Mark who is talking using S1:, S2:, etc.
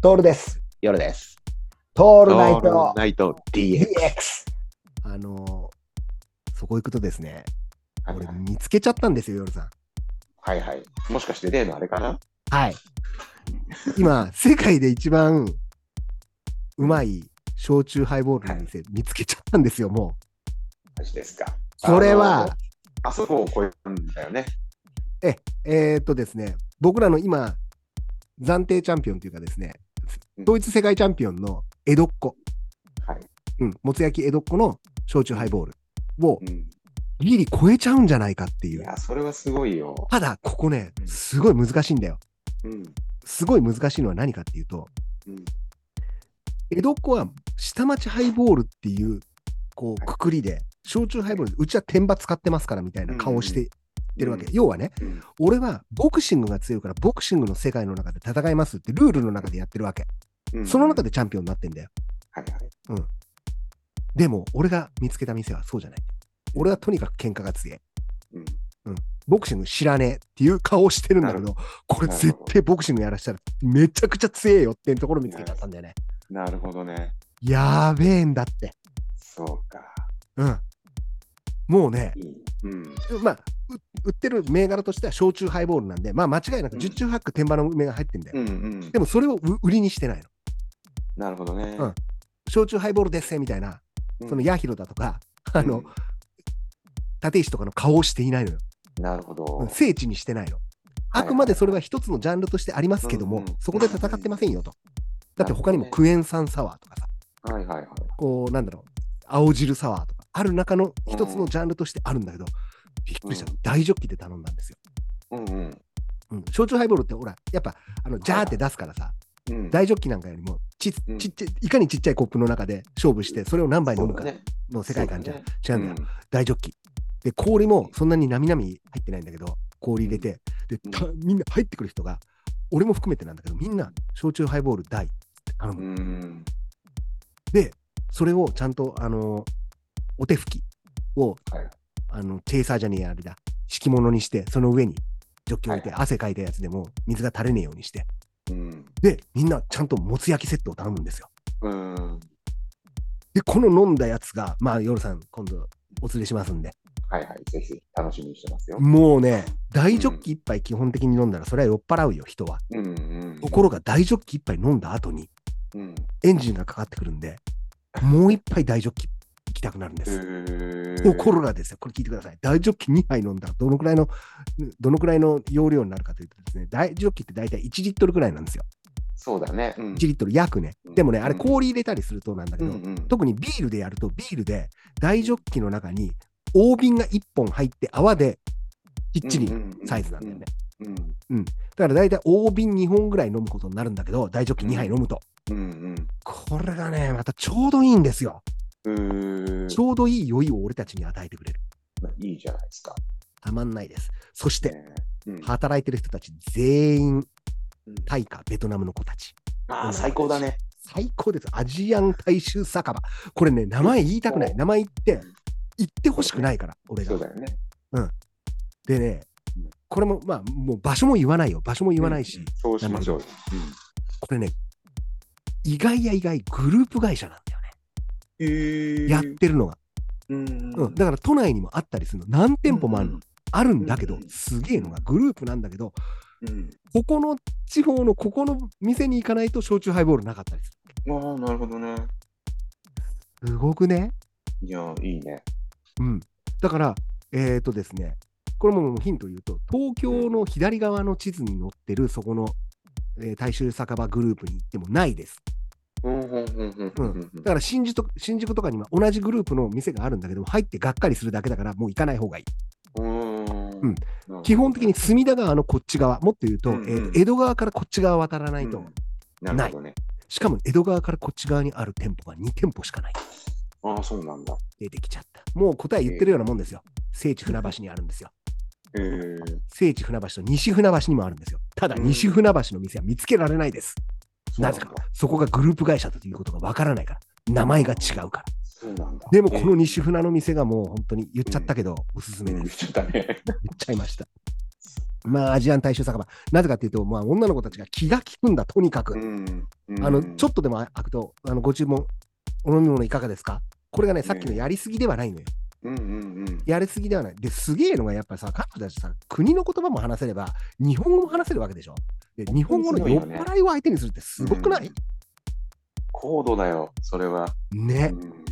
S1: トールです。
S2: 夜です。
S1: ト
S2: オ
S1: ールナイト
S2: ナイト DX。
S1: DX。あのーそこ行くとですね、
S2: はい
S1: 俺見つけちゃったんですよ、夜さん。
S2: はいはい。もしかして例のあれかな
S1: はい。今、世界で一番うまい焼酎ハイボールの店見つけちゃったんですよ、も
S2: マジですか。
S1: う。それ
S2: あの
S1: は、、
S2: あそこを超えたんだよね。
S1: えーっとですね、僕らの今、暫定チャンピオンというかですね、
S2: うん
S1: ドイツ世界チャンピオンの江戸っ子、
S2: はい。
S1: うん、もつ焼き江戸っ子の焼酎ハイボールを
S2: うん、い
S1: ギリ超えちゃうんじゃないかっていう。
S2: や、それはすごいよ。
S1: ただ、ここね
S2: う、ん
S1: すごい難しいんだよ。
S2: うん。
S1: すごい難しいのは何かっていうと、
S2: うん
S1: 江戸っ子は下町ハイボールっていう、こう、
S2: はい
S1: くくりで、焼酎ハイボールで、うちは天場使ってますからみたいな顔をして
S2: う
S1: いってるわけ。要はね、
S2: うん
S1: 俺はボクシングが強いから、ボクシングの世界の中で戦いますってルールの中でやってるわけ。
S2: うん
S1: その中でチャンピオンになってんだよ。
S2: はいはい。
S1: でも、俺が見つけた店はそうじゃない。俺はとにかく喧嘩が強い。
S2: うん
S1: ボクシング知らねえっていう顔をしてるんだけ
S2: な
S1: ど、これ絶対ボクシングやらしたらめちゃくちゃ強えよっていうところ見つけちゃったんだよね。
S2: なるほどね。
S1: やーべえんだって。
S2: そうか。
S1: うん。もうね、
S2: いい。うん。
S1: まあ、う売ってる銘柄としては焼酎ハイボールなんで、まあ間違いなく
S2: うん
S1: 十中八九天馬の梅が入ってんだよ。
S2: うんうん
S1: で。もそれを売売りにしてないの。
S2: なるほどね。
S1: うん焼酎ハイボールですみたいな、
S2: うん
S1: そのヤヒロだとか、あの、
S2: う
S1: 立石とかの顔をしていないのよ。
S2: んなるほ
S1: う
S2: ど
S1: ん。聖地にしてないの。
S2: は
S1: あ
S2: い
S1: くまでそれは一つのジャンルとしてありますけども、
S2: うんうん
S1: そこで戦ってませんよと。だって他にも
S2: なるほ
S1: クエン酸サワーとかさ、
S2: はいはいはい。
S1: こう、なんだろう、青汁サワーとか、ある中の一つのジャンルとしてあるんだけど、びっくりした
S2: う。
S1: 大ジョッキで頼んだんですよ。
S2: うんうん。
S1: うん、焼酎ハイボールってほら、やっぱ、あの、ジャーって出すからさ、
S2: うん
S1: 大ジョッキなんかよりもちっ
S2: うん
S1: ちっちゃい、いかにちっちゃいコップの中で勝負して、それを何杯飲むか
S2: そうだね
S1: の世界観じゃん。
S2: そう
S1: 違うんだよ、大ジョッキ。で、氷もそんなになみなみ入ってないんだけど、氷入れて、で、たみんな入ってくる人が、俺も含めてなんだけど、みんな、焼酎ハイボール大って頼
S2: う
S1: む。
S2: んうん。
S1: で、それをちゃんと、あのお手拭きを、
S2: はい
S1: あの、チェイサーじゃねえやあれだ、敷物にして、その上にジョッキを置いて、
S2: は
S1: 汗かいたやつでも水が垂れねえようにして、
S2: うん。
S1: で、みんなちゃんともつ焼きセットを頼むんですよ。
S2: うん。
S1: で、この飲んだやつが、まあ、夜さん、今度お連れしますんで、
S2: はいはい。ぜひぜひ楽しみにしてますよ。
S1: もうね、大ジョッキ一杯基本的に飲んだら、それは酔っ払うよ、人は。
S2: うんうん。
S1: ところが、大ジョッキ一杯飲んだ後に、
S2: うん。
S1: エンジンがかかってくるんで、もう一杯大ジョッキ行きたくなるんです。と
S2: と
S1: ころがですよ、これ聞いてください。大ジョッキ2杯飲んだら、どのくらいの、どのくらいの容量になるかというとですね、大ジョッキって大体1リットルくらいなんですよ。
S2: そうだね。うん
S1: 1リットル約ね。でもね、あれ
S2: うん
S1: 氷入れたりするとなんだけど、
S2: うんうん
S1: 特にビールでやると、ビールで大ジョッキの中に大瓶が1本入って泡できっちりサイズなんだよね。。
S2: うんうん
S1: だから大体大瓶2本ぐらい飲むことになるんだけど、大ジョッキ2杯飲むと。
S2: うん
S1: これがね、またちょうどいいんですよ。
S2: うんうん。うー
S1: ちょうどいい酔いを俺たちに与えてくれる。
S2: いいじゃないですか。
S1: たまんないです。そして、
S2: ねうん
S1: 働いてる人たち全員
S2: うん
S1: タイかベトナムの子たち
S2: あー最高だね。
S1: 最高ですアジアン大衆酒場これね名前言いたくない名前言って言ってほしくないから俺
S2: そう
S1: が
S2: だよね。
S1: でね
S2: うん
S1: これもまあもう場所も言わないよ場所も言わないし、
S2: うん。そうしましょうよ。
S1: これね意外や意外グループ会社なんだよね、
S2: へー
S1: やってるのが、
S2: うん
S1: うん、だから都内にもあったりするの何店舗もあるの、
S2: うん
S1: あるんだけど、
S2: うん
S1: すげえのがグループなんだけど
S2: うん
S1: ここの地方のここの店に行かないと焼酎ハイボールなかったりす
S2: ああ、なるほどね。
S1: るすごくね
S2: いや、いいね。
S1: うん、だから、えーとですね、これももうヒントを言うと、東京の左側の地図に載ってる、そこの、えー大衆酒場グループに行ってもないです。
S2: うんうんうんうんうんう
S1: だ
S2: ん
S1: から新宿と新宿とかには同じグループの店があるんだけども、入ってがっかりするだけだから、もう行かない方がいい。
S2: うんうん。
S1: 基本的に隅田川のこっち側、もっと言うと、
S2: うんうん
S1: えーと江戸川からこっち側渡らないと、
S2: うん。なるほどね。
S1: しかも江戸川からこっち側にある店舗が2店舗しかない。
S2: ああ、そうなんだ。
S1: 出てきちゃった。もう答え言ってるようなもんですよ。聖地船橋にあるんですよ。
S2: へー
S1: 聖地船橋と西船橋にもあるんですよ。ただ、
S2: うん
S1: 西船橋の店は見つけられないです。
S2: そう
S1: なんぜ
S2: だ
S1: か。そこがグループ会社だということがわからないから。名前が違うから。
S2: そうなんだ。
S1: でも、この
S2: 西
S1: 西船の店がもう本当に言っちゃったけど、おすすめ
S2: うん
S1: で
S2: 言
S1: す。
S2: っちゃったね。
S1: 言っちゃいました。まあ、アジアン大衆酒場。なぜかっていうと、まあ、女の子たちが気が利くんだ、とにかく。
S2: うん。
S1: あの、ちょ
S2: っ
S1: っとでも開くと、あの、ご注文、お飲み物いかがですかこれがね、さっきのやりすぎではないのよ。
S2: と。うんうんうん。
S1: やりすぎではない。で、すげえのがやっぱりさ、彼女たちさ、国の言葉も話せれば、日本語も話せるわけでしょ。で日本語の酔っ払いを相手にするってすごくない、
S2: 高度だよ、それは。
S1: ね。
S2: うん